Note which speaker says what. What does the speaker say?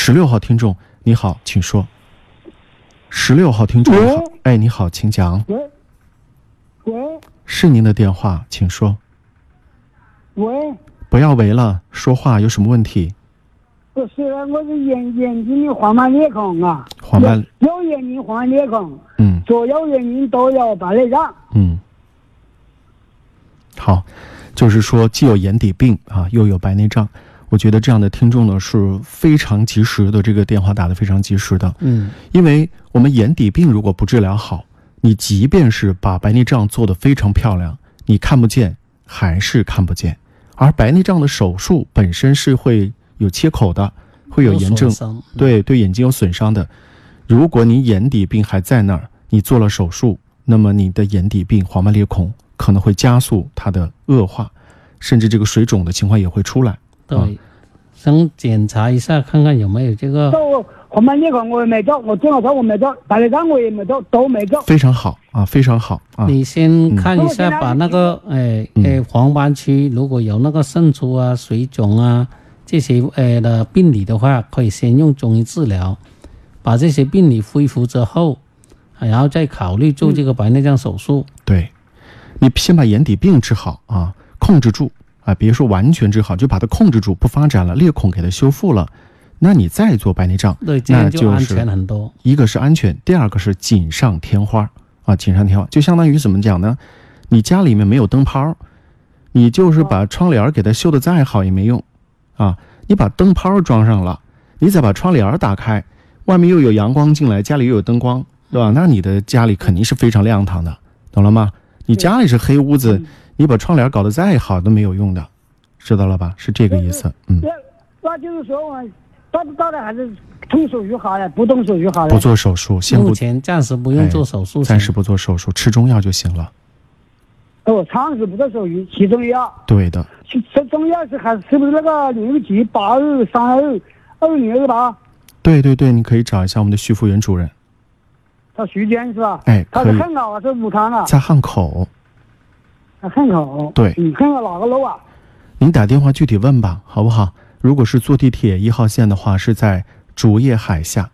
Speaker 1: 十六号听众，你好，请说。十六号听众，你好，哎，你好，请讲，
Speaker 2: 喂，喂
Speaker 1: 是您的电话，请说。
Speaker 2: 喂，
Speaker 1: 不要围了，说话有什么问题？
Speaker 2: 不是，啊我是眼眼睛的黄斑裂孔啊，
Speaker 1: 黄斑，
Speaker 2: 右眼睛黄斑裂孔，
Speaker 1: 嗯
Speaker 2: 左右眼睛都有白内障。
Speaker 1: 嗯，好，就是说既有眼底病啊，又有白内障。我觉得这样的听众呢是非常及时的，这个电话打得非常及时的。
Speaker 3: 嗯
Speaker 1: 因为我们眼底病如果不治疗好，你即便是把白内障做得非常漂亮，你看不见还是看不见。而白内障的手术本身是会有切口的，会有炎症，
Speaker 3: 伤，
Speaker 1: 对对眼睛有损伤的。如果你眼底病还在那儿，你做了手术，那么你的眼底病黄斑裂孔可能会加速它的恶化，甚至这个水肿的情况也会出来。
Speaker 3: 哦
Speaker 1: 啊
Speaker 3: 对，想检查一下看看有没有这个
Speaker 2: 做黄斑裂孔我也没做，我做了头我没做，白内障我也没做，都没做。
Speaker 1: 非常好啊，非常好啊。
Speaker 3: 你先看一下
Speaker 2: 嗯，
Speaker 3: 把那个哎
Speaker 1: 嗯
Speaker 3: 哎黄斑区如果有那个渗出啊、水肿啊这些呃的病理的话，可以先用中医治疗，把这些病理恢复之后，然后再考虑做这个白内障手术。
Speaker 1: 对，你先把眼底病治好啊，控制住啊，别说完全治好，就把它控制住，不发展了，裂孔给它修复了，那你再做白内障，
Speaker 3: 对，这样
Speaker 1: 嗯那就
Speaker 3: 安
Speaker 1: 是
Speaker 3: 全很多。
Speaker 1: 一个是安全，第二个是锦上添花啊，锦上添花就相当于怎么讲呢？你家里面没有灯泡儿，你就是把窗帘儿给它修的再好也没用啊，你把灯泡儿装上了，你再把窗帘儿打开，外面又有阳光进来，家里又有灯光，对吧？那你的家里肯定是非常亮堂的，懂了吗？你
Speaker 2: 对
Speaker 1: 家里是黑屋子
Speaker 2: 嗯，
Speaker 1: 你把窗帘搞得再好都没有用的，知道了吧？是这个意思，嗯。
Speaker 2: 那那就是说啊我到到底还是动手术好了，不动手术好了
Speaker 1: 不。做手术，先
Speaker 3: 目
Speaker 1: 不
Speaker 3: 前暂时不用
Speaker 1: 哎
Speaker 3: 做手术先，
Speaker 1: 暂时不做手术，吃中药就行了。
Speaker 2: 我长期不做手术，吃中药，
Speaker 1: 对的，
Speaker 2: 吃吃中药是还是是不是那个零七八二三二二零二八？
Speaker 1: 对对对，你可以找一下我们的徐福元主任，
Speaker 2: 他徐坚是吧？
Speaker 1: 哎
Speaker 2: 他
Speaker 1: 可
Speaker 2: 是
Speaker 1: 以
Speaker 2: 汉口啊，是武昌啊？
Speaker 1: 在汉口，
Speaker 2: 啊汉口。
Speaker 1: 对
Speaker 2: 你看看哪个楼啊？
Speaker 1: 您打电话具体问吧，好不好？如果是坐地铁一号线的话，是在竹叶海下